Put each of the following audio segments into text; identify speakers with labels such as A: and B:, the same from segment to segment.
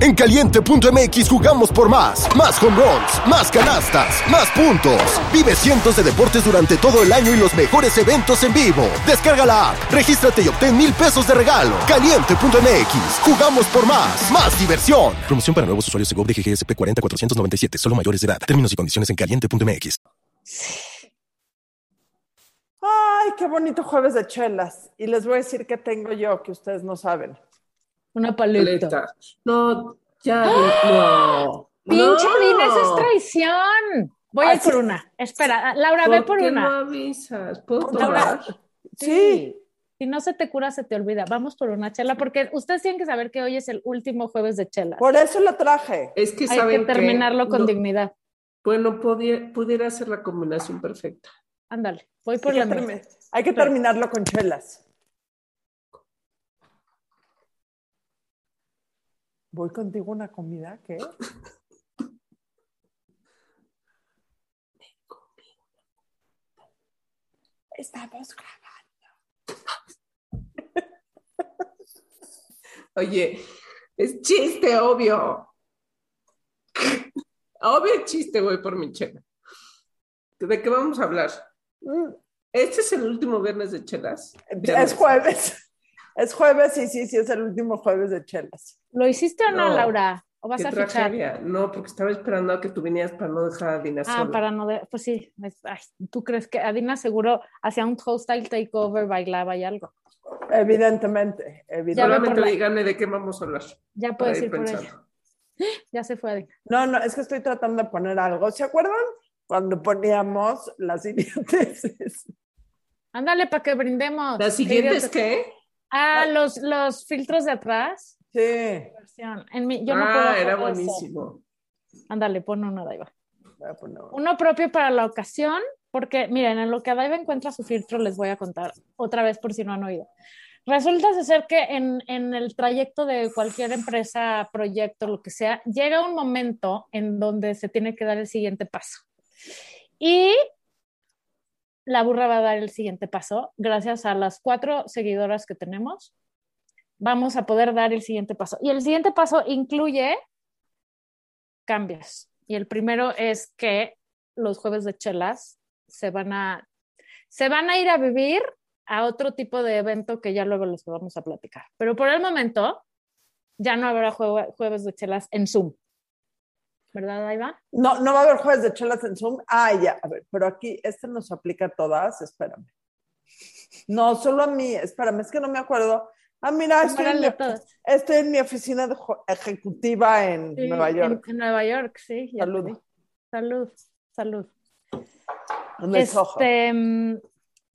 A: En caliente.mx jugamos por más. Más home runs, más canastas, más puntos. Vive cientos de deportes durante todo el año y los mejores eventos en vivo. Descarga la app, regístrate y obtén mil pesos de regalo. Caliente.mx, jugamos por más. Más diversión.
B: Promoción para nuevos usuarios de GOV de GGSP 40497, solo mayores de edad. Términos y condiciones en caliente.mx.
C: Ay, qué bonito jueves de chelas. Y les voy a decir qué tengo yo que ustedes no saben.
D: Una paleta.
E: No, ya, no.
D: ¡Ah! Pinche
E: No.
D: Brina, esa es traición. Voy a ir por una. Espera, Laura, ve
E: ¿Por
D: por
E: qué no
D: una.
E: avisas? ¿Puedo
C: Por una.
E: tomar?
C: Sí.
D: Si no se te cura, se te olvida. Vamos por una chela, porque ustedes tienen que saber que hoy es el último jueves de chela.
C: Por eso lo traje.
E: Es que
D: Hay que
E: saben qué?
D: terminarlo con
E: No,
D: dignidad.
E: Bueno, podía- pudiera ser la combinación perfecta.
D: Ándale, voy por
C: Hay que,
D: la mía.
C: termi- hay que terminarlo con chelas. Voy contigo a una comida, ¿qué? Estamos grabando.
E: Oye, es chiste, obvio. obvio es chiste, voy por mi chela. ¿De qué vamos a hablar? Este es el último viernes de chelas. Ya
C: Es
E: no-
C: jueves. Es jueves y sí, sí, es el último jueves de chelas.
D: ¿Lo hiciste o no,
E: No.
D: Laura? ¿O vas
E: Qué
D: a fichar?
E: tragedia. No, porque estaba esperando a que tú vinieras para no dejar a Dina
D: Ah,
E: sola.
D: para no de... Pues sí, es- ay, ¿tú crees que Adina seguro hacía un hostile takeover, bailaba y algo?
C: Evidentemente, evidentemente.
D: ve
E: Solamente
D: por la-
E: díganme de qué vamos a hablar.
D: Ya
E: para
D: puedes
E: ir
D: ir por ella.
E: pensando.
D: Ya se fue Adina.
C: No, no, es que estoy tratando de poner algo. ¿Se acuerdan cuando poníamos las idioteces?
D: Ándale, para que brindemos.
E: La siguiente
D: Queridos-
E: es qué?
D: Ah, los, los filtros de atrás.
C: Sí,
D: Versión. En mi, yo no puedo
E: ah,
D: hacer
E: era
D: eso.
E: buenísimo.
D: Ándale, pon uno, Daiva.
C: voy a poner uno.
D: Uno propio para la ocasión, porque miren, en lo que Daiva encuentra su filtro, les voy a contar otra vez por si no han oído. Resulta de ser que en, en el trayecto de cualquier empresa, proyecto, lo que sea, llega un momento en donde se tiene que dar el siguiente paso. Y la burra va a dar el siguiente paso. Gracias a las cuatro seguidoras que tenemos, vamos a poder dar el siguiente paso. Y el siguiente paso incluye cambios. Y el primero es que los jueves de chelas se van a, se van a ir a vivir a otro tipo de evento que ya luego les vamos a platicar. Pero por el momento ya no habrá jue- jueves de chelas en Zoom. ¿Verdad, Aiva?
C: No, no va a haber jueves de chelas en Zoom. Ah, ya, a ver, pero aquí, este nos aplica a todas, espérame. No, solo a mí, espérame, es que no me acuerdo. Ah, mira, estoy en, mi,
D: Órale, todos.
C: estoy en mi oficina de jo- ejecutiva en
D: Sí,
C: Nueva
D: en-
C: York.
D: En, Nueva York, sí. ya te
C: Salud.
D: vi. Salud, salud.
C: en el Soho.
D: Este, mm,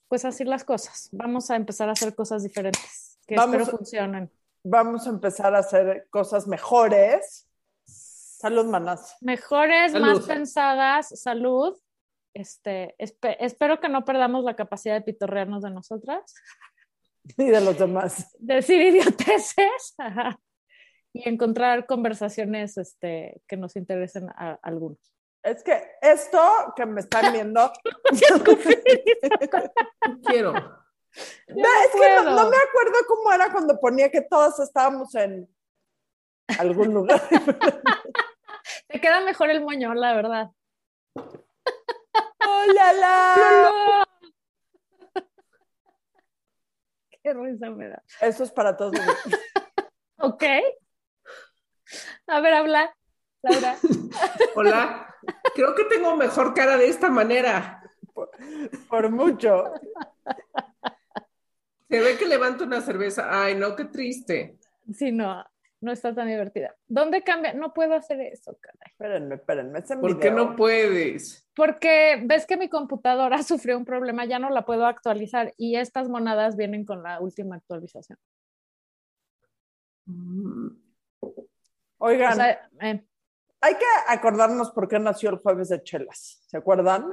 D: pues así las cosas. Vamos a empezar a hacer cosas diferentes que
C: Vamos
D: espero
C: a-
D: funcionen.
C: Vamos a empezar a hacer cosas mejores. Salud, manas.
D: Mejores, más
E: Salud.
D: pensadas, salud. Este, espe- espero que no perdamos la capacidad de pitorrearnos de nosotras,
C: Y de los demás.
D: decir idioteces ajá, y encontrar conversaciones este, que nos interesen a algunos.
C: Es que esto que me están viendo
E: Quiero.
C: No, es que no,
D: puedo.
C: no me acuerdo cómo era cuando ponía que todas estábamos en algún lugar.
D: Te queda mejor el moño, la verdad.
C: ¡Hola, ¡Oh, la!
D: Qué risa me da.
C: Eso es para todos.
D: Ok. A ver, habla, Laura.
E: Hola. Creo que tengo mejor cara de esta manera.
C: Por mucho.
E: Se ve que levanto una cerveza. Ay, no, qué triste.
D: Sí, no, no está tan divertida. ¿Dónde cambia? No puedo hacer eso, caray.
C: Espérenme, espérenme. Es en
E: ¿Por qué
C: video.
E: no puedes?
D: Porque ves que mi computadora sufrió un problema, ya no la puedo actualizar y estas monadas vienen con la última actualización. O
C: Oigan,
D: sea, eh,
C: hay que acordarnos por qué nació el jueves de chelas. ¿Se acuerdan?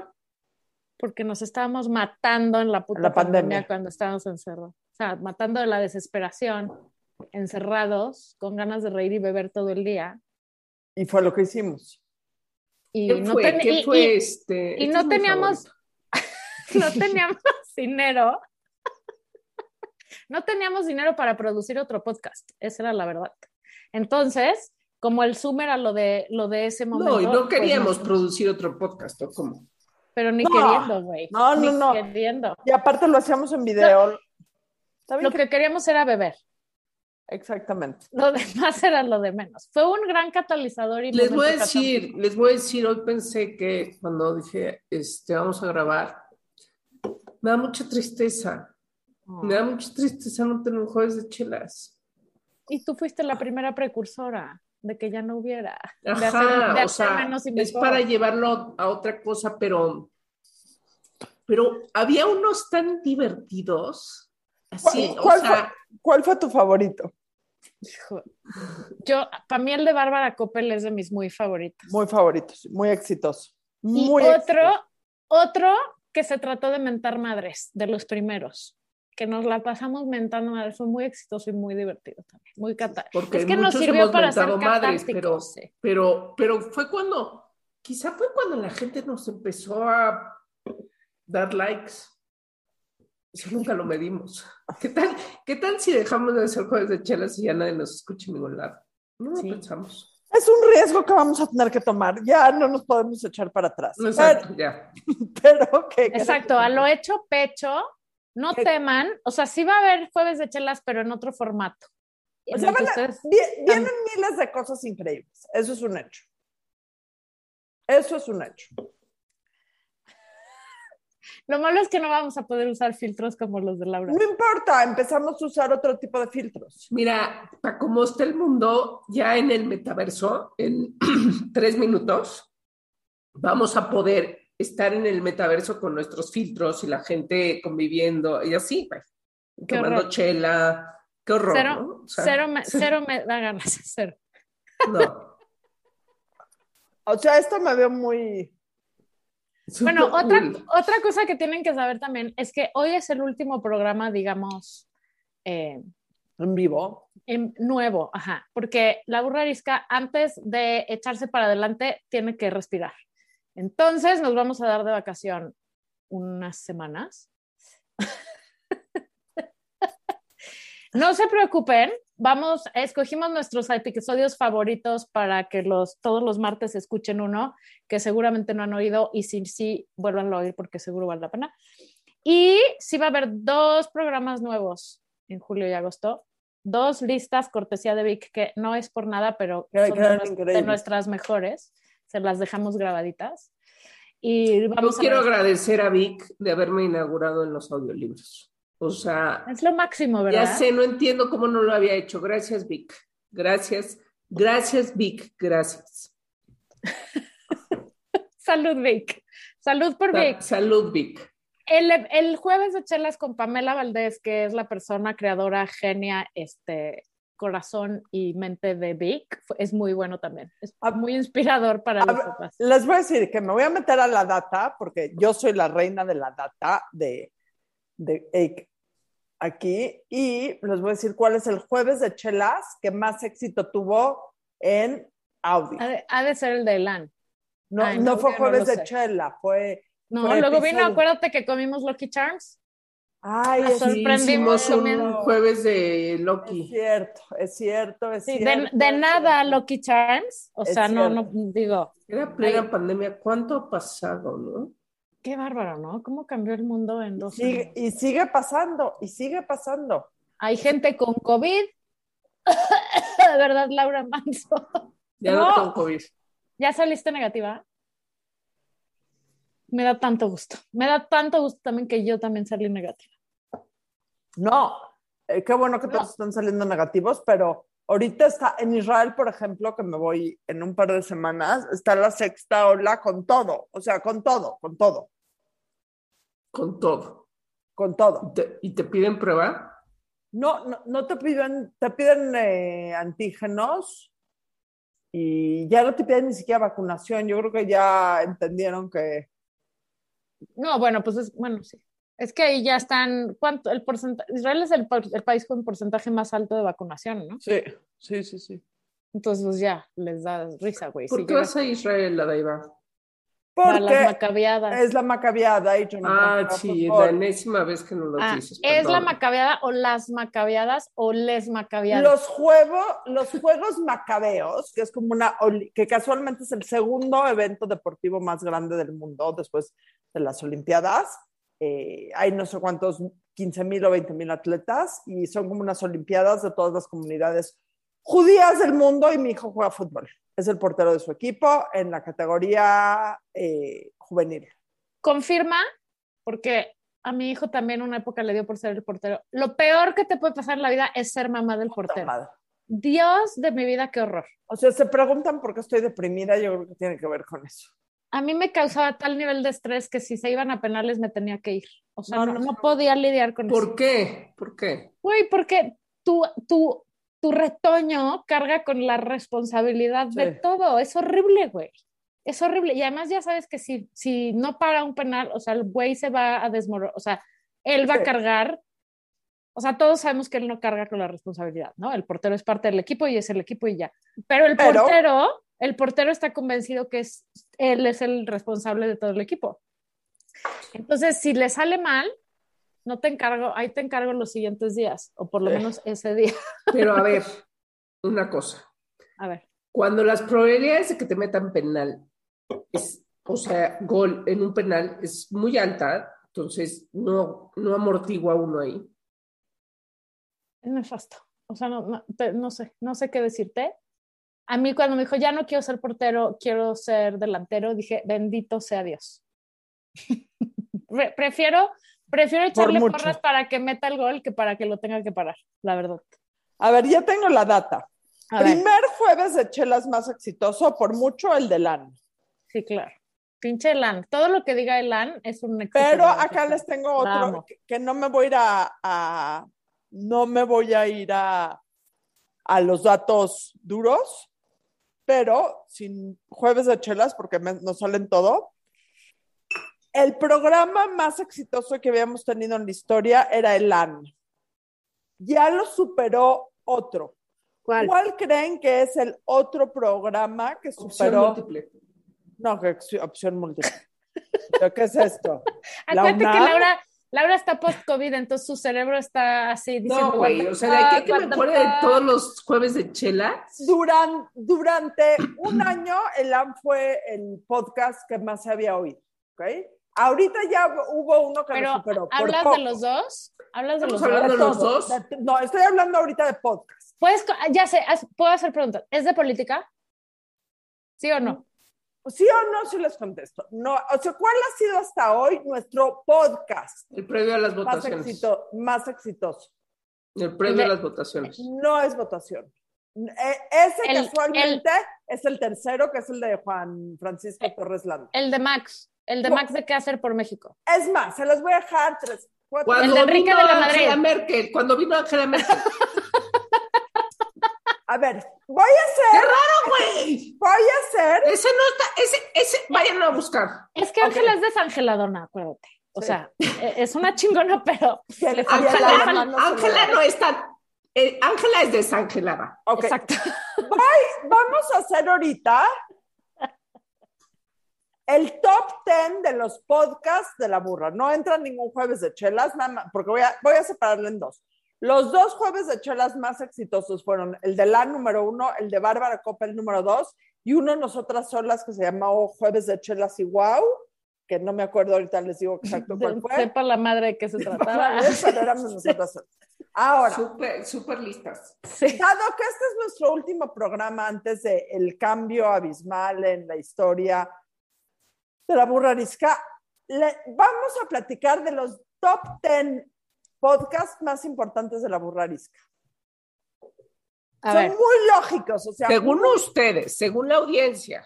D: porque nos estábamos matando en la puta
C: La
D: pandemia.
C: pandemia.
D: cuando estábamos encerrados. O sea, matando de la desesperación, encerrados, con ganas de reír y beber todo el día.
C: Y fue lo que hicimos.
D: Y
E: ¿Qué
D: no
E: fue?
D: ten-
E: ¿Qué
D: y- y-
E: fue este?
D: y
E: Este
D: no
E: es mi
D: teníamos-
E: favorito.
D: no teníamos dinero. No teníamos dinero para producir otro podcast, esa era la verdad. Entonces, como el Zoom era lo de, lo de ese momento.
E: no, y no
D: pues,
E: queríamos
D: no.
E: producir otro podcast, ¿o cómo?
D: Pero ni
C: No.
D: queriendo, güey.
C: No, no,
D: ni
C: no.
D: queriendo.
C: Y aparte lo hacíamos en video. Está bien
D: Lo que queríamos era beber.
C: que- Exactamente.
D: Lo demás era lo de menos. Fue un gran catalizador y
E: Les voy a
D: momento
E: decir, les voy a decir, hoy pensé que cuando dije, este, vamos a grabar, me da mucha tristeza, me da mucha tristeza no tener un jueves de chelas.
D: Y tú fuiste la primera precursora de que ya no hubiera. De
E: Ajá,
D: hacer, de
E: o
D: hacer
E: sea,
D: menos y
E: es
D: mejor.
E: para llevarlo a otra cosa, pero, pero había unos tan divertidos, así,
C: ¿Cuál-
E: o
C: cuál
E: sea,
C: ¿Cuál fue tu favorito?
D: Hijo. Yo, para mí el de Bárbara Coppel es de mis muy favoritos.
C: Muy favorito, sí, muy exitoso.
D: y
C: Muy
D: otro,
C: exitoso.
D: otro que se trató de mentar madres, de los primeros, que nos la pasamos mentando madres. Fue muy exitoso y muy divertido también, muy catártico.
E: porque
D: Es que nos
E: muchos
D: sirvió
E: hemos
D: para ser
E: mentado madres,
D: catárticos.
E: pero,
D: sí.
E: pero, pero fue cuando, quizá fue cuando la gente nos empezó a dar likes. Eso nunca lo medimos. ¿Qué tal, qué tal si dejamos de hacer jueves de chelas y ya nadie nos escucha en ningún lado? No lo
D: Sí.
E: pensamos.
C: Es un riesgo que vamos a tener que tomar. Ya no nos podemos echar para atrás.
E: Exacto, ya.
C: Pero, pero que-
D: Exacto, a lo hecho pecho, no
C: Que-
D: teman, o sea, sí va a haber jueves de chelas, pero en otro formato.
C: O
D: En
C: sea,
D: el que
C: van a-
D: ustedes-
C: Vie- Vienen miles de cosas increíbles. Eso es un hecho. Eso es un hecho.
D: Lo malo es que no vamos a poder usar filtros como los de Laura.
C: No importa, empezamos a usar otro tipo de filtros.
E: Mira, para cómo está el mundo, ya en el metaverso, en tres minutos, vamos a poder estar en el metaverso con nuestros filtros y la gente conviviendo y así, güey.
D: Qué
E: tomando
D: horror.
E: chela. Qué horror.
D: Cero-
E: ¿no? O sea,
D: Cero me, cero me da ganas, cero.
E: no.
C: O sea, esto me veo muy.
D: Bueno,
E: Súper
D: otra,
E: cool.
D: otra cosa que tienen que saber también es que hoy es el último programa, digamos, eh,
C: En vivo.
D: en- nuevo, ajá, porque la burra arisca antes de echarse para adelante tiene que respirar. Entonces nos vamos a dar de vacación unas semanas. No se preocupen, vamos, escogimos nuestros episodios favoritos para que los, todos los martes escuchen uno que seguramente no han oído y si sí, vuélvanlo a oír porque seguro vale la pena. Y sí va a haber dos programas nuevos en julio y agosto, dos listas cortesía de Vic, que no es por nada, pero
C: Que
D: son de
C: quedan
D: nues- de
C: increíbles.
D: nuestras mejores, se las dejamos grabaditas. Y
E: Yo
D: vamos a
E: quiero
D: ver-
E: agradecer a Vic de haberme inaugurado en los audiolibros. O sea,
D: Es lo máximo, ¿verdad?
E: Ya sé, no entiendo cómo no lo había hecho. Gracias, Vic. Gracias, gracias, Vic. Gracias.
D: Salud, Vic. Salud por
E: Sa-
D: Vic.
E: Salud, Vic.
D: El, el jueves de chelas con Pamela Valdés, que es la persona creadora, genia, este, corazón y mente de Vic, fue- es muy bueno también. Es
C: A-
D: muy inspirador para
C: a
D: los
C: ver,
D: papás.
C: Les voy a decir que me voy a meter a la data, porque yo soy la reina de la data de, de Ake aquí, y les voy a decir cuál es el jueves de Chelas que más éxito tuvo en audio.
D: Ha de, ha de ser el de Elan.
C: No,
D: Ay,
C: no
D: no,
C: fue
D: yo no
C: jueves
D: lo
C: de
D: sé.
C: Chela, fue.
D: No,
C: Fue
D: luego vino,
C: episodio.
D: acuérdate que comimos Lucky Charms.
C: Ay,
D: La
C: es
E: Sí,
D: Sorprendimos
E: hicimos un
D: comiendo.
E: jueves de
C: Es
E: Loki.
C: cierto, es cierto, es
D: Sí, de,
C: cierto.
D: de
C: es
D: nada
C: cierto.
D: Lucky Charms. O
C: Es
D: sea, no, no,
C: cierto.
D: digo,
E: Era plena pandemia. ¿Cuánto ha pasado, no?
D: qué bárbaro, ¿no? ¿Cómo cambió el mundo en dos
C: Sigue-
D: años?
C: y sigue pasando, y sigue pasando.
D: Hay gente con COVID. ¿Verdad, Laura Manso?
E: Ya no,
D: No.
E: tengo COVID.
D: ¿Ya saliste negativa? Me da tanto gusto. Me da tanto gusto también que yo también salí negativa.
C: No, eh, qué bueno que todos están saliendo negativos, pero ahorita está en Israel, por ejemplo, que me voy en un par de semanas, está la sexta ola con todo, o sea, con todo, con todo,
E: Con todo.
C: con todo.
E: ¿Y te, y te piden prueba?
C: No, no, no te piden, te piden eh, antígenos y ya no te piden ni siquiera vacunación. Yo creo que ya entendieron que
D: No, bueno, pues es, bueno, sí. Es que ahí ya están, ¿cuánto? El porcentaje, Israel es el, por- el país con porcentaje más alto de vacunación, ¿no?
C: sí, sí, sí, sí.
D: Entonces, pues ya, les da risa, güey.
E: ¿Por
D: Si
E: qué
D: llega-
E: vas a Israel, la Daiva?
D: para las
C: Porque
D: macabeadas.
C: Ah, es la macabiada y yo no
E: Ah,
C: conozco
E: sí, es la
C: fútbol.
E: enésima vez que nos lo
D: Ah,
E: dices.
D: es la
E: perdón.
D: macabeada o las macabeadas o les macabeadas.
C: Los, juego, los Juegos Macabeos, que es como una, oli- que casualmente es el segundo evento deportivo más grande del mundo después de las Olimpiadas. Eh, hay no sé cuántos, 15 mil o 20 mil atletas y son como unas Olimpiadas de todas las comunidades judías del mundo y mi hijo juega fútbol. Es el portero de su equipo en la categoría eh, juvenil.
D: Confirma, porque a mi hijo también una época le dio por ser el portero. Lo peor que te puede pasar en la vida es ser mamá del portero.
C: Madre.
D: Dios de mi vida, qué horror.
C: O sea, se preguntan por qué estoy deprimida, yo creo que tiene que ver con eso.
D: A mí me causaba tal nivel de estrés que si se iban a penales me tenía que ir. O sea,
C: No,
D: no,
C: no,
D: no
C: no.
D: podía lidiar con eso.
E: ¿Por qué? ¿Por qué?
D: Güey, porque tu, tu, tu retoño carga con la responsabilidad de
C: Sí.
D: todo. Es horrible, güey. Es horrible. Y además ya sabes que si, si no para un penal, o sea, el güey se va a desmoronar. O sea, él va
C: Sí.
D: a cargar. O sea, todos sabemos que él no carga con la responsabilidad, ¿no? El portero es parte del equipo y es el equipo y ya. Pero el
C: Pero-
D: portero, el portero está convencido que es, él es el responsable de todo el equipo. Entonces, si le sale mal, no te encargo, ahí te encargo los siguientes días, o por lo
C: Sí.
D: menos ese día.
E: Pero a ver, una cosa.
D: A ver,
E: Cuando las probabilidades de que te metan penal, es, o sea, gol en un penal es muy alta, entonces no, no amortigua uno ahí.
D: es nefasto. O sea, no, no, te- no sé, no sé qué decirte. A mí cuando me dijo, ya no quiero ser portero, quiero ser delantero, dije, bendito sea Dios. Pre- prefiero, prefiero
C: Por
D: echarle
C: mucho.
D: porras para que meta el gol que para que lo tenga que parar, la verdad.
C: A ver, ya tengo la data.
D: A ver,
C: Primer jueves de chelas más exitoso, por mucho el de LAN.
D: sí, claro. Pinche Elan. Todo lo que diga Elan es un éxito.
C: Pero
D: para
C: acá
D: nosotros.
C: les tengo otro
D: Vamos.
C: que, que no me voy a ir a, a- no me voy a ir a, a los datos duros, pero sin jueves de chelas porque me- nos salen todo. El programa más exitoso que habíamos tenido en la historia era el LAN. Ya lo superó otro.
D: ¿Cuál?
C: ¿Cuál creen que es el otro programa que
E: Opción
C: superó?
E: múltiple.
C: No, que opci- opción múltiple. Pero, ¿Qué es esto? ¿La
D: Acuérdate que
C: UNAM?
D: Laura, Laura está post-COVID, entonces su cerebro está así diciendo.
E: No, güey,
D: "What
E: o
D: the
E: sea, de aquí a
D: fuck,
E: que
D: what
E: me
D: the
E: acuerde de
D: fuck".
E: todos los jueves de chela.
C: Duran- durante un año, el AM fue el podcast que más se había oído. ¿ok? Ahorita ya hubo uno que lo
D: Pero,
C: superó. por
D: ¿hablas
C: poco.
D: de los dos? ¿Hablas de
E: Estamos
D: los
E: hablando
D: dos?
E: de los
C: todo,
E: dos.
C: de- no, estoy hablando ahorita de podcast.
D: Puedes co- ah, ya sé, haz- puedo hacer preguntas. ¿Es de política? ¿Sí o no?
C: ¿Sí o no? Sí les contesto. No, o sea, ¿cuál ha sido hasta hoy nuestro podcast
E: El previo a las
C: más,
E: votaciones.
C: exito- más exitoso?
E: El previo a
D: Le-
E: las votaciones.
C: No es votación. E- ese
D: El-
C: casualmente es el tercero, que es el de Juan Francisco Torres Landa.
D: El de Max. El de
C: No.
D: Max de qué hacer por México.
C: Es más, se los voy a dejar tres, cuatro.
D: El de
E: Cuando
D: Enrique
E: vino
D: de la
E: Angela
D: Madrid.
E: Merkel, cuando vino Angela Merkel.
C: A ver, voy a hacer.
E: ¡Güey!
C: Voy a hacer.
E: Ese no está, ese, ese, vayan a buscar.
D: Es que
C: Ok.
D: Ángela es desangeladona, acuérdate. O
C: Sí.
D: sea, e- es una chingona, pero
C: Que le
D: le
C: falla
D: falta
C: la
D: la
C: mano.
D: mano.
C: no se
E: Ángela
C: le-
E: no está. eh, Ángela es desangelada.
C: Ok,
D: Exacto.
C: vamos a hacer ahorita el top 10 de los podcasts de la burra. No entra ningún jueves de chelas, nada más, porque voy a, voy a separarlo en dos. Los dos jueves de chelas más exitosos fueron el de la número uno, el de Bárbara Coppel número dos, y uno nosotras solas que se llamó Jueves de Chelas y Wow, que no me acuerdo ahorita, les digo exacto cuál
D: De-
C: fue.
D: Sepa la madre de qué se trataba.
C: Pero éramos nosotras solas. Ahora,
E: Súper, súper listas.
D: Sí.
C: Dado que este es nuestro último programa antes del cambio abismal en la historia de la burra arisca, le- vamos a platicar de los top 10 podcasts más importantes de la burra arisca.
D: A
C: Son
D: ver.
C: muy lógicos, o sea,
E: Según
C: muy-
E: ustedes, según la audiencia.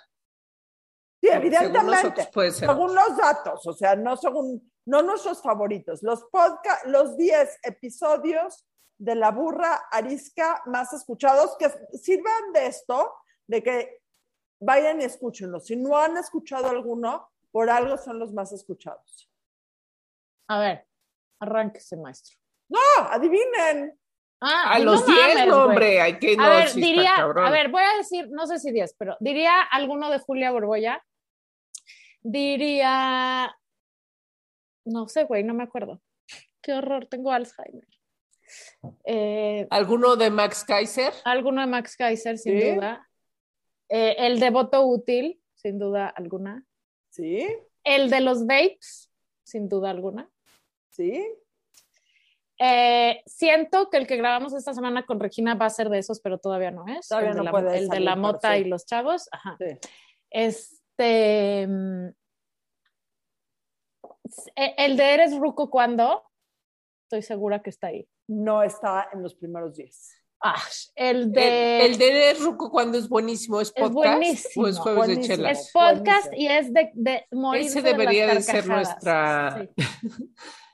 C: sí,
E: Según
C: evidentemente,
E: nosotros puede ser.
C: según los datos, o sea, no según no nuestros favoritos, los podcast, los 10 episodios de la burra arisca más escuchados que sirvan de esto, de que vayan y escúchenlos. Si no han escuchado alguno, por algo son los más escuchados.
D: A ver, arránquese, maestro.
C: ¡Ah, adivinen.
D: Ah,
E: A
D: pues
E: los
D: no
E: 10,
D: mames,
E: no,
D: güey.
E: hombre, hay que
D: A
E: no,
D: ver,
E: sí está
D: diría,
E: cabrón.
D: a ver, voy a decir, no sé si 10, pero diría alguno de Julia Borboya. Diría, no sé, güey, no me acuerdo. Qué horror, tengo Alzheimer. Eh,
E: ¿Alguno de Max Kaiser?
D: alguno de Max Kaiser, sin
C: Sí.
D: duda. Eh, el de voto útil, sin duda alguna.
C: ¿Sí?
D: El de los vapes, sin duda alguna.
C: ¿Sí?
D: Eh, siento que el que grabamos esta semana con Regina va a ser de esos, pero todavía no es.
C: Todavía
D: el de
C: no
D: la,
C: puede
D: el de
C: salir,
D: la
C: pero
D: mota
C: sí.
D: y los chavos. Ajá.
C: Sí.
D: Este. mm, eh, El de Eres Ruco cuando. Estoy segura que está ahí.
C: No está en los primeros 10.
D: Ah, el de.
E: El, el de Ruco cuando es buenísimo, es podcast
D: buenísimo,
E: o es jueves
C: buenísimo.
E: de chela.
D: es podcast
C: buenísimo.
D: y es de, de morirse.
E: Ese
D: de las
E: debería de ser
D: carcajadas.
E: nuestra-
D: Sí.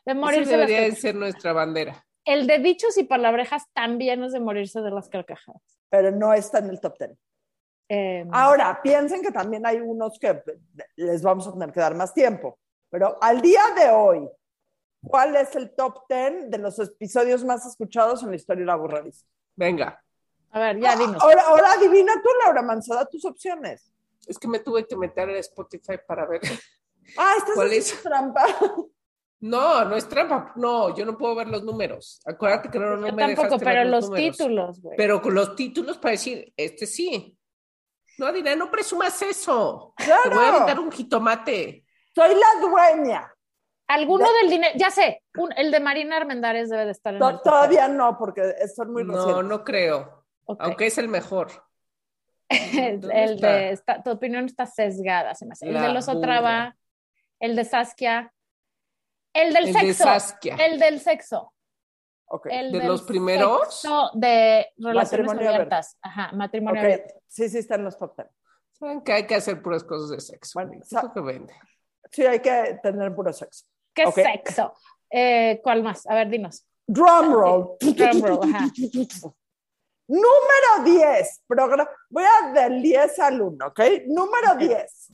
D: De
E: Esa
D: morirse de las
E: debería de
D: carcajadas.
E: ser nuestra bandera.
D: El de dichos y palabrejas también es de morirse de las carcajadas.
C: Pero no está en el top 10.
D: Em,
C: Ahora, piensen que también hay unos que les vamos a tener que dar más tiempo. Pero al día de hoy, ¿cuál es el top 10 de los episodios más escuchados en la historia de la burradiza?
E: Venga,
D: a ver, ya dinos.
C: Ahora, ahora adivina tú, Laura Manzada, tus opciones.
E: es que me tuve que meter a Spotify para ver.
C: Ah, estás
E: ¿Cuál
C: haciendo
E: es?
C: trampa.
E: No, no es trampa. No, yo no puedo ver los números. Acuérdate que no, no
D: Yo
E: me
D: tampoco,
E: dejaste
D: pero
E: ver
D: los
E: números.
D: títulos, güey.
E: Pero con los títulos para decir, este sí. No, Dina, no presumas eso. Te voy a aventar
C: Claro,
E: un jitomate.
C: soy la dueña.
D: Alguno del dinero, ya sé, un- el de Marina Armendáriz debe de estar en
C: To-
D: el top.
C: todavía no, porque son muy
E: No,
C: recientes.
E: no creo.
D: Ok.
E: Aunque es el mejor.
D: el,
E: ¿Dónde
D: el
E: está?
D: de está- tu opinión está sesgada, se me hace. El
E: La
D: de los Otrava,
E: burra.
D: el de Saskia, el del
E: El de
D: sexo,
E: Saskia.
D: el del sexo,
C: Ok,
D: el
E: ¿De
D: del
E: los primeros?
D: sexo de relaciones
C: Matrimonio
D: abiertas, ajá, matrimonio
C: ok.
D: abierto.
C: Sí, sí, está en los top 10.
E: Saben que hay que hacer puras cosas de sexo.
C: Bueno,
E: Es
C: sa-
E: lo que vende.
C: Sí, hay que tener puro sexo.
D: ¿Qué
C: Ok.
D: sexo? Eh, ¿Cuál más? A ver, dinos.
C: Drum roll.
D: Drum roll, ajá.
C: Número 10. programa Voy a del 10 al 1, ¿ok? Número 10.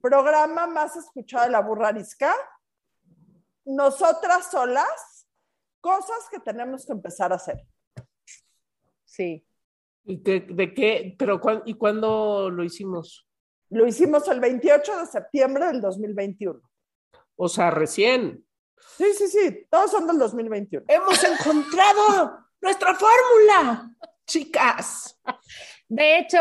C: Programa más escuchado de la burra arisca. Nosotras solas. Cosas que tenemos que empezar a hacer.
D: Sí.
E: ¿Y de, de qué? ¿Pero cuán- y cuándo lo hicimos?
C: Lo hicimos el 28 de septiembre del 2021.
E: O sea, recién.
C: Sí, sí, sí. Todos son del 2021.
E: ¡Hemos encontrado nuestra fórmula! Chicas.
D: De hecho,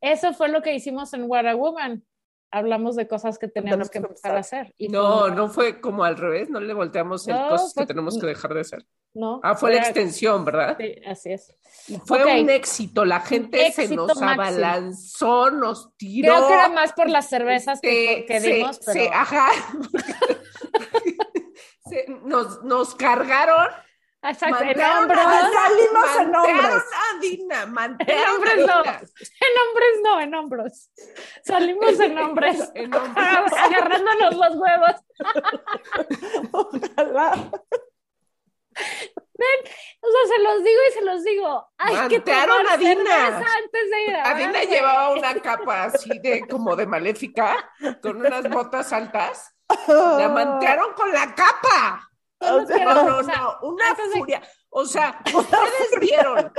D: eso fue lo que hicimos en What a Woman. Hablamos de cosas que teníamos
C: Tenemos
D: que
C: que
D: empezar a hacer. Y
E: No,
D: fue-
E: no fue como al revés, no le volteamos el
D: No,
E: cosas
D: fue-
E: que tenemos que dejar de hacer.
D: no.
E: Ah, fue la
D: Era-
E: extensión, ¿verdad?
D: Sí, así es.
E: Fue
D: Ok.
E: un éxito, la gente se
D: éxito
E: nos
D: máximo.
E: abalanzó, nos tiró.
D: Creo que era más por las cervezas que,
E: se-
D: que
E: se-
D: dimos, pero
E: se- ajá. Se- nos, nos cargaron,
D: Exacto, en
E: mandaron
D: hombres,
C: a- Salimos en
E: mandaron
C: hombres.
E: a Dina,
D: En
E: mandaron
D: hombres no.
E: a Dina.
D: en hombres no, en hombros. Salimos en hombres, Ah,
E: En hombres.
D: agarrándonos los huevos.
C: Ojalá.
D: O sea, se los digo y se los digo. Hay que
E: Mantearon
D: tomar
E: a Dina.
D: cerveza antes de ir a
E: Adina
D: bañarse.
E: llevaba una capa así de como de maléfica, con unas botas altas. La
C: Oh.
E: mantearon con la capa.
D: Yo no
C: O sea,
D: quiero-
E: No, no,
D: o sea,
E: no, una
D: antes de-
E: furia. O sea, ustedes vieron,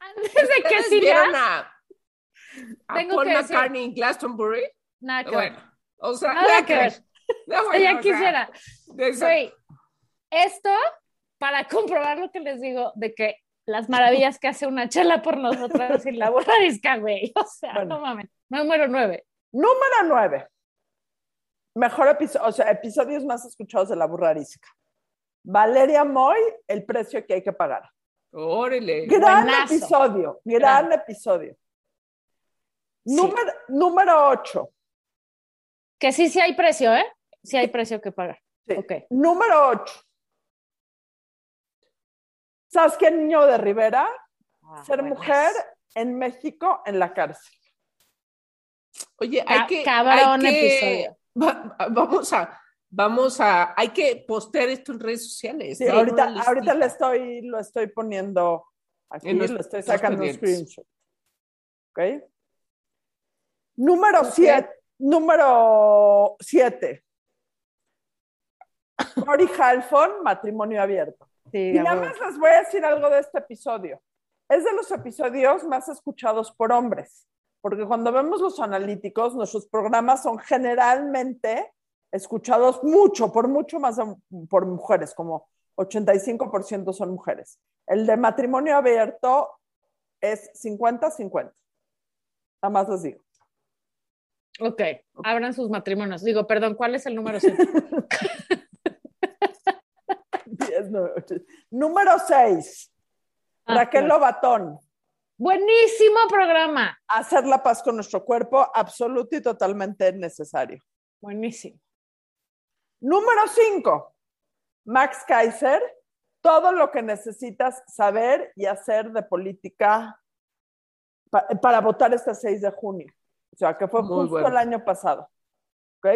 D: Antes de que
E: ustedes
D: siga,
E: vieron a, a
D: Tengo
E: Paul
D: que decir-
E: McCartney en Glastonbury.
D: nada que ver.
E: Bueno, o sea,
D: Nada que ver.
E: No, bueno,
D: Ella
E: o sea,
D: quisiera.
E: de esa-
D: Güey, esto para comprobar lo que les digo de que las maravillas que hace una chela por nosotras y la borra disca, güey. O sea,
C: Bueno.
D: no mames. Número nueve.
C: Número 9. Mejor episodio, o sea, episodios más escuchados de la burra arisca. Valeria Moy, el precio que hay que pagar.
E: Órale.
C: Gran
D: Buenazo.
C: episodio, gran episodio.
D: Sí.
C: Número, número 8.
D: Que sí, sí hay precio, ¿eh? Sí hay precio que pagar.
C: Sí.
D: Ok.
C: Número 8. Saskia Niño de Rivera,
E: Ah,
C: ser
D: Ah, buenas.
C: mujer en México en la cárcel.
E: Oye, hay
D: Ca-
E: que.
D: cabrón
E: hay que-
D: episodio.
E: va- va- vamos a. Vamos a. Hay que postear esto en redes sociales.
C: Sí,
E: Hay
C: ahorita,
E: una listita.
C: ahorita le estoy, lo estoy poniendo aquí,
E: En los-
C: lo estoy
E: los
C: sacando un
E: pendientes.
C: screenshot. ¿Ok? Número
D: Ok.
C: 7. Número 7. Cory Halfon, matrimonio abierto.
D: Sí,
C: Y
D: a
C: nada
D: huevo.
C: más les voy a decir algo de este episodio. Es de los episodios más escuchados por hombres. porque cuando vemos los analíticos, nuestros programas son generalmente escuchados mucho, por mucho más por mujeres, como 85% son mujeres. El de matrimonio abierto es 50-50. Nada más les digo.
D: Ok, abran sus matrimonios. Digo, perdón, ¿cuál es el número 5?
C: 10, 9, 8. Número 6.
D: Ah,
C: Raquel
D: claro.
C: Lobatón.
D: Buenísimo programa.
C: Hacer la paz con nuestro cuerpo, absoluto y totalmente necesario.
D: Buenísimo.
C: Número 5. Max Kaiser. Todo lo que necesitas saber y hacer de política pa- para votar este 6 de junio. O sea, que fue
E: Muy
C: justo
E: bueno.
C: el año pasado. ¿Ok?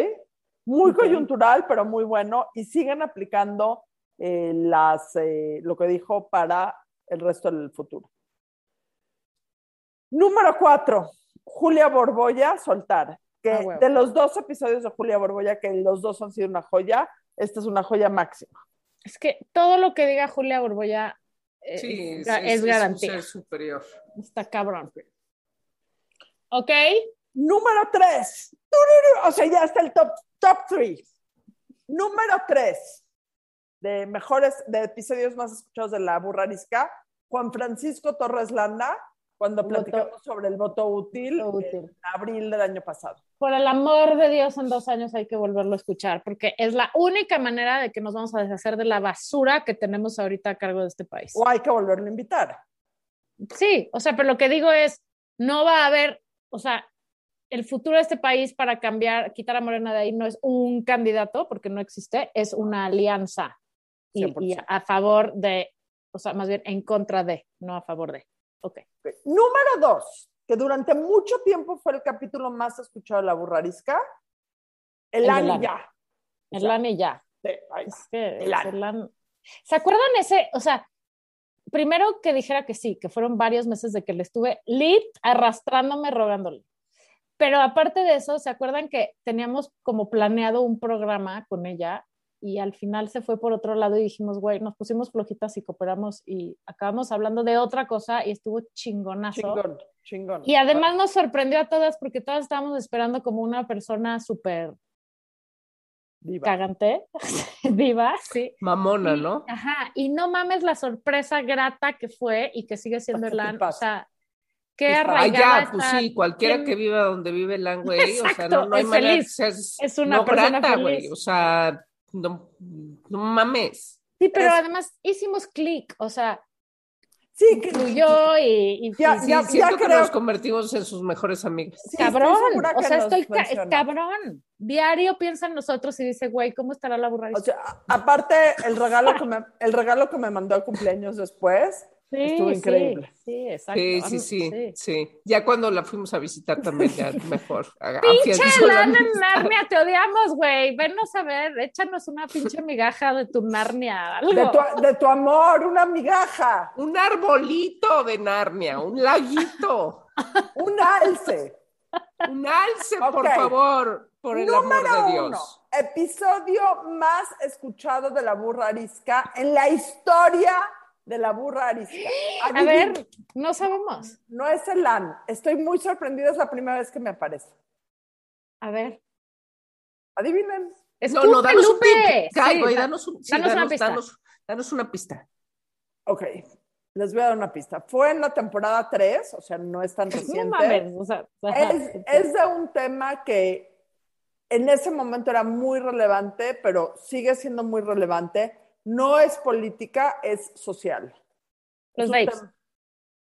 C: Muy
D: Ok.
C: coyuntural, pero muy bueno. Y siguen aplicando eh, las, eh, lo que dijo para el resto del futuro. Número 4. Julia Borboya, soltar. Que
D: Ah, huevo.
C: de los dos episodios de Julia Borboya, que los dos han sido una joya, esta es una joya máxima.
D: Es que todo lo que diga Julia Borboya eh,
E: Sí,
D: es, ga-
E: sí,
D: es
E: sí,
D: garantía.
E: un ser superior.
D: Está cabrón. Ok,
C: Número 3. O sea, ya está el top, top 3. Número 3 de mejores, de episodios más escuchados de la burrarisca, Juan Francisco Torres Landa, cuando
D: Voto-
C: platicamos sobre el voto útil,
D: Voto útil.
C: en abril del año pasado.
D: por el amor de Dios, en dos años hay que volverlo a escuchar porque es la única manera de que nos vamos a deshacer de la basura que tenemos ahorita a cargo de este país.
C: O hay que volverlo a invitar.
D: Sí, o sea, pero lo que digo es, no va a haber, o sea, el futuro de este país para cambiar, quitar a Morena de ahí no es un candidato, porque no existe, es una alianza. Y, y
C: 100%.
D: a favor de, o sea, más bien en contra de, no a favor de. Ok.
C: Ok. Número dos, que durante mucho tiempo fue el capítulo más escuchado de la burrarisca, el,
D: El
C: Ani
D: del Ani.
C: ya.
D: El ANI ya.
C: Sí, ahí va.
D: Es que
C: El Ani.
D: el Ani- ¿Se acuerdan ese? O sea, primero que dijera que sí, que fueron varios meses de que le estuve lit arrastrándome, rogándole. Pero aparte de eso, ¿se acuerdan que teníamos como planeado un programa con ella y al final se fue por otro lado y dijimos, güey, nos pusimos flojitas y cooperamos y acabamos hablando de otra cosa y estuvo chingonazo.
C: Chingón, chingón.
D: Y además nos sorprendió a todas porque todas estábamos esperando como una persona súper
C: Diva.
D: cagante, diva, sí.
E: Mamona, ¿no?
D: Ajá, y no mames la sorpresa grata que fue y que sigue siendo el LAN, o
C: Tipazo.
D: sea, qué
C: Tipazo.
E: Ah,
D: arraigada
E: ya, pues
D: está.
E: sí, cualquiera
D: ¿Quién?
E: que viva donde vive el güey, o sea,
D: Exacto,
E: no, no hay
D: es
E: manera
D: feliz.
E: que seas
D: Es una
E: no
D: persona
E: grata,
D: feliz.
E: güey, o sea, no, no mames.
D: Sí, pero
C: es-
D: además hicimos clic, o sea,
C: Sí, que-
D: fluyó y, y-
C: Ya,
D: y-
E: Sí,
C: ya,
E: siento que
C: creo-
E: nos convertimos en sus mejores amigos.
C: sí, estoy
D: cabrón,
C: segura
D: o
C: que
D: sea,
C: nos
D: estoy ca-
C: menciona.
D: cabrón. Diario piensa en nosotros y dice, güey, ¿cómo estará la burra?
C: O sea, a- aparte, el regalo, que me, el regalo que me mandó a cumpleaños después,
D: sí,
C: estuvo
D: sí,
C: increíble.
D: Sí, exacto.
E: Sí,
D: Ah,
E: sí, sí, sí. Ya cuando la fuimos a visitar también, ya mejor. a-
C: Ah,
D: Pinche
E: afianzó la
D: Lana
E: amistad.
D: Narnia, te odiamos, güey. Venos a ver, échanos una pinche migaja de tu Narnia. Algo.
C: de tu, de tu amor, una migaja,
E: Un arbolito de Narnia, un laguito,
C: un alce.
E: un alce, por
C: Ok.
E: favor, por el amor de Dios.
C: episodio más escuchado de la burra arisca en la historia de la burra arisca.
D: A ver, no sabemos.
C: No es el LAN. Estoy muy sorprendida, es la primera vez que me aparece.
D: A ver.
C: Adivinen.
D: Escupe,
E: No, no, danos un
D: Lupe.
E: tip. Ay,
D: Sí,
E: güey,
D: da-
E: danos un- sí,
D: danos una
E: danos-
D: pista.
E: danos- danos una pista.
C: Ok, les voy a dar una pista. Fue en la temporada 3, o sea, no es tan
D: No
C: reciente.
D: mames, o sea, ajá.
C: Es, es de un tema que en ese momento era muy relevante, pero sigue siendo muy relevante. No es política, es social.
D: los
C: Es un
D: rapes.
C: tema-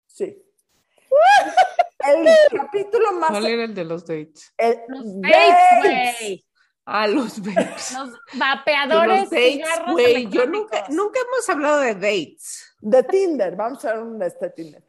C: Sí. El capítulo más.
E: ¿Cuál era el de los dates?
C: el-
D: Los
C: Dates.
D: vapes, güey.
E: Ah, los dates.
D: Los
E: De los
D: vapeadores,
E: dates,
D: cigarros
E: güey. Yo
D: electrónicos.
E: nunca, nunca hemos hablado de dates.
C: De Tinder, vamos a ver un de este Tinder.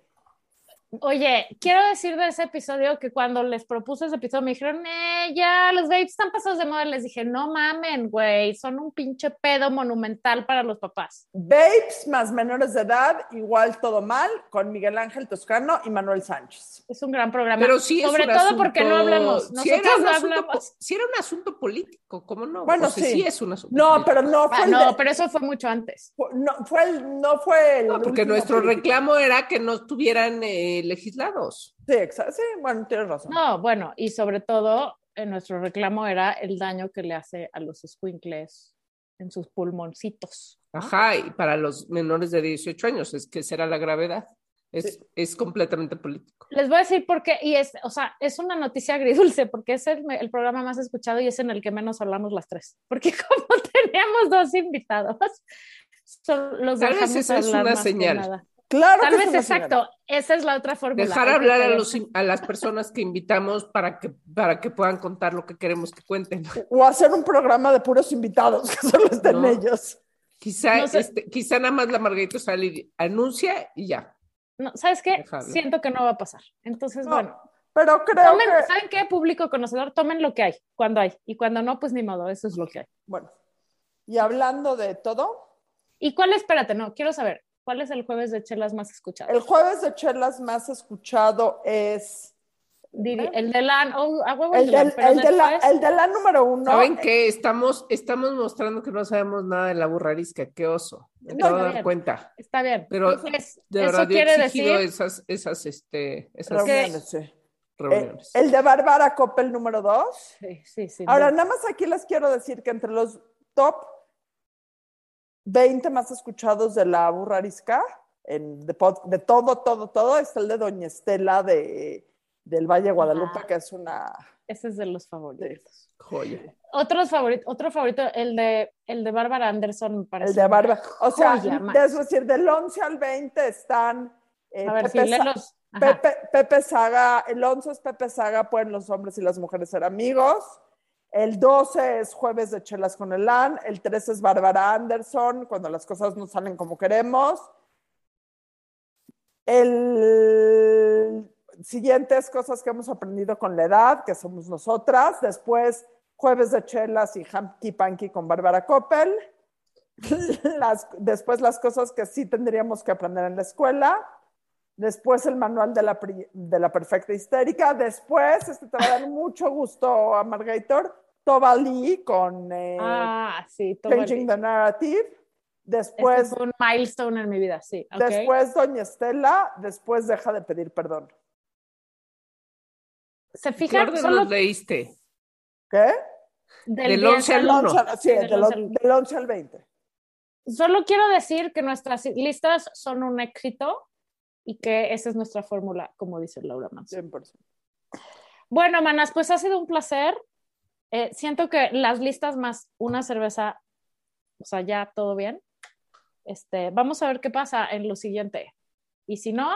D: Oye, quiero decir de ese episodio que cuando les propuse ese episodio me dijeron, eh, ya, los vapes están pasados de moda. Les dije, no mamen, güey, son un pinche pedo monumental para los papás.
C: Babes más menores de edad, igual todo mal, con Miguel Ángel Toscano y Manuel Sánchez.
D: Es un gran programa.
E: Pero sí es
D: Sobre
E: un
D: todo
E: asunto-
D: porque no hablamos.
E: Sí era
D: Nosotros
E: un
D: no
E: asunto po-
D: hablamos.
E: sí era un asunto político, ¿cómo no?
C: Bueno,
E: O sea,
C: sí.
E: es un asunto
C: No,
E: político.
C: pero no fue.
D: Ah,
C: el
D: no,
C: de-
D: pero eso fue mucho antes.
C: fue- no fue el. No fue el
E: No, porque
C: último
E: nuestro
C: político.
E: reclamo era que no tuvieran eh, eh, legislados.
C: Sí, exa- sí, bueno, tienes razón.
D: No, bueno, y sobre todo, eh, nuestro reclamo era el daño que le hace a los escuincles en sus pulmoncitos.
E: Ajá,
D: pues.
E: y para los menores de 18 años, es que será la gravedad. Es, es completamente político.
D: Les voy a decir por qué, y es, o sea, es una noticia agridulce, porque es el, el programa más escuchado y es en el que menos hablamos las tres, porque como teníamos dos invitados, son, los
E: Tal vez
D: dejamos
E: esa es
D: hablar
E: una
D: más que
E: señal.
D: nada.
C: Claro
D: Tal
C: que
D: vez,
C: es una señal.
D: exacto, esa es la otra forma.
E: Dejar hablar a, los, in- a las personas que invitamos para que, para que puedan contar lo que queremos que cuenten.
C: O hacer un programa de puros invitados que solo estén
E: No.
C: ellos.
E: Quizá,
D: No sé.
E: este, quizá nada más la Margarita sale y anuncia y ya.
D: No, ¿Sabes qué?
E: Deja hablar.
D: Siento que no va a pasar. Entonces,
C: No,
D: Pues bueno,
C: Pero creo
D: tomen,
C: que.
D: ¿saben qué? Público conocedor, tomen lo que hay, cuando hay, y cuando no, pues ni modo, eso es lo que hay.
C: Bueno, y hablando de todo,
D: ¿Y cuál, espérate, no, quiero saber, cuál es el jueves de chelas más escuchado?
C: el jueves de chelas más escuchado es.
D: Diri- El, de la, oh, a huevo
C: El,
D: de la-
C: del-
D: pero
C: el de la,
D: después-
C: el de la número uno.
E: ¿Saben
D: eh.
E: qué? Estamos, estamos mostrando que no sabemos nada de la burrarisca. Qué oso. Me
D: No,
E: acabo de
D: está
E: dar
D: bien.
E: cuenta.
D: Está bien.
E: Pero
D: Es-
E: De
D: eso
E: verdad, yo he
D: quiere
E: exigido
D: decir,
E: esas, esas, este, esas
C: Reuniones, sí. Eh,
E: reuniones.
C: el de Bárbara Coppel número dos.
D: Sí, sí, sí,
C: Ahora,
D: no.
C: nada más aquí les quiero decir que entre los top 20 más escuchados de la burrarisca, en- de, pod- de todo, todo, todo, está el de Doña Estela de, del Valle de Guadalupe,
D: Ah.
C: que es una...
D: ese es de los favoritos.
E: Joya.
D: Otros favori- otro favorito, el de, el de Bárbara Anderson, me parece.
C: El de Bárbara. O sea,
D: Joya,
C: de-
D: Max.
C: es decir, del 11 al 20 están eh,
D: A ver, si
C: Pepe, Sa-
D: léelos. Ajá.
C: Pepe, Pepe Saga, el 11 es Pepe Saga, pueden los hombres y las mujeres ser amigos. El 12 es Jueves de Chelas con Elan. El 13 es Bárbara Anderson, cuando las cosas no salen como queremos. El siguiente es Cosas que hemos aprendido con la edad, que somos nosotras. Después, Jueves de Chelas y Humpty Panky con Bárbara Coppel. Las- después, las cosas que sí tendríamos que aprender en la escuela. Después el manual de la, pri- de la perfecta histérica. Después, este te va a dar mucho gusto a Margator, Tobalí con eh,
D: Ah, sí, todo el-
C: Changing the Narrative.
D: este
C: Después,
D: fue un milestone en mi vida, sí. ok.
C: después Doña Estela. Después deja de pedir perdón.
D: ¿Se
E: ¿Qué
D: fijan?
E: orden
D: Solo
E: los leíste?
C: ¿qué?
E: del
D: 10
E: once al
C: Del
E: uno.
C: 11 al, sí,
D: Del
C: del
D: 11
C: on-
D: al-
C: del 11 al 20.
D: Solo quiero decir que nuestras listas son un éxito y que esa es nuestra fórmula, como dice Laura Manso.
C: 100%.
D: Bueno, manas, pues ha sido un placer. Eh, siento que las listas más una cerveza, o sea, ya todo bien. Este, vamos a ver qué pasa en lo siguiente. Y si no,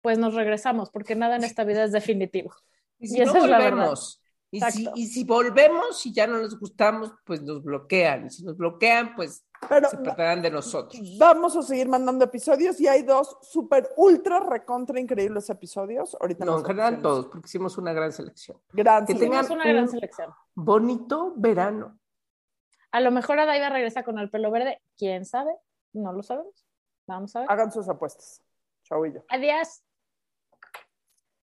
D: pues nos regresamos, porque nada en esta vida es definitivo.
E: Y si
D: Y
E: no
D: esa es la verdad.
E: volvemos. Y si,
D: Exacto.
E: y si volvemos y ya no les gustamos, pues nos bloquean. Y si nos bloquean, pues
C: Pero
E: se perderán de nosotros.
C: vamos a seguir mandando episodios y hay dos super, ultra, recontra increíbles episodios. Ahorita
E: No, en
C: nos
E: general
C: mencionas.
E: todos, porque hicimos una gran selección.
C: Gran
E: Que
C: selección.
E: tengan
D: Es una gran
E: un-
D: selección.
E: Bonito verano.
D: A lo mejor Adaiva regresa con el pelo
E: Ah.
D: verde. ¿Quién sabe? No lo sabemos. Vamos a ver.
C: Hagan sus apuestas. Chau y yo.
D: Adiós.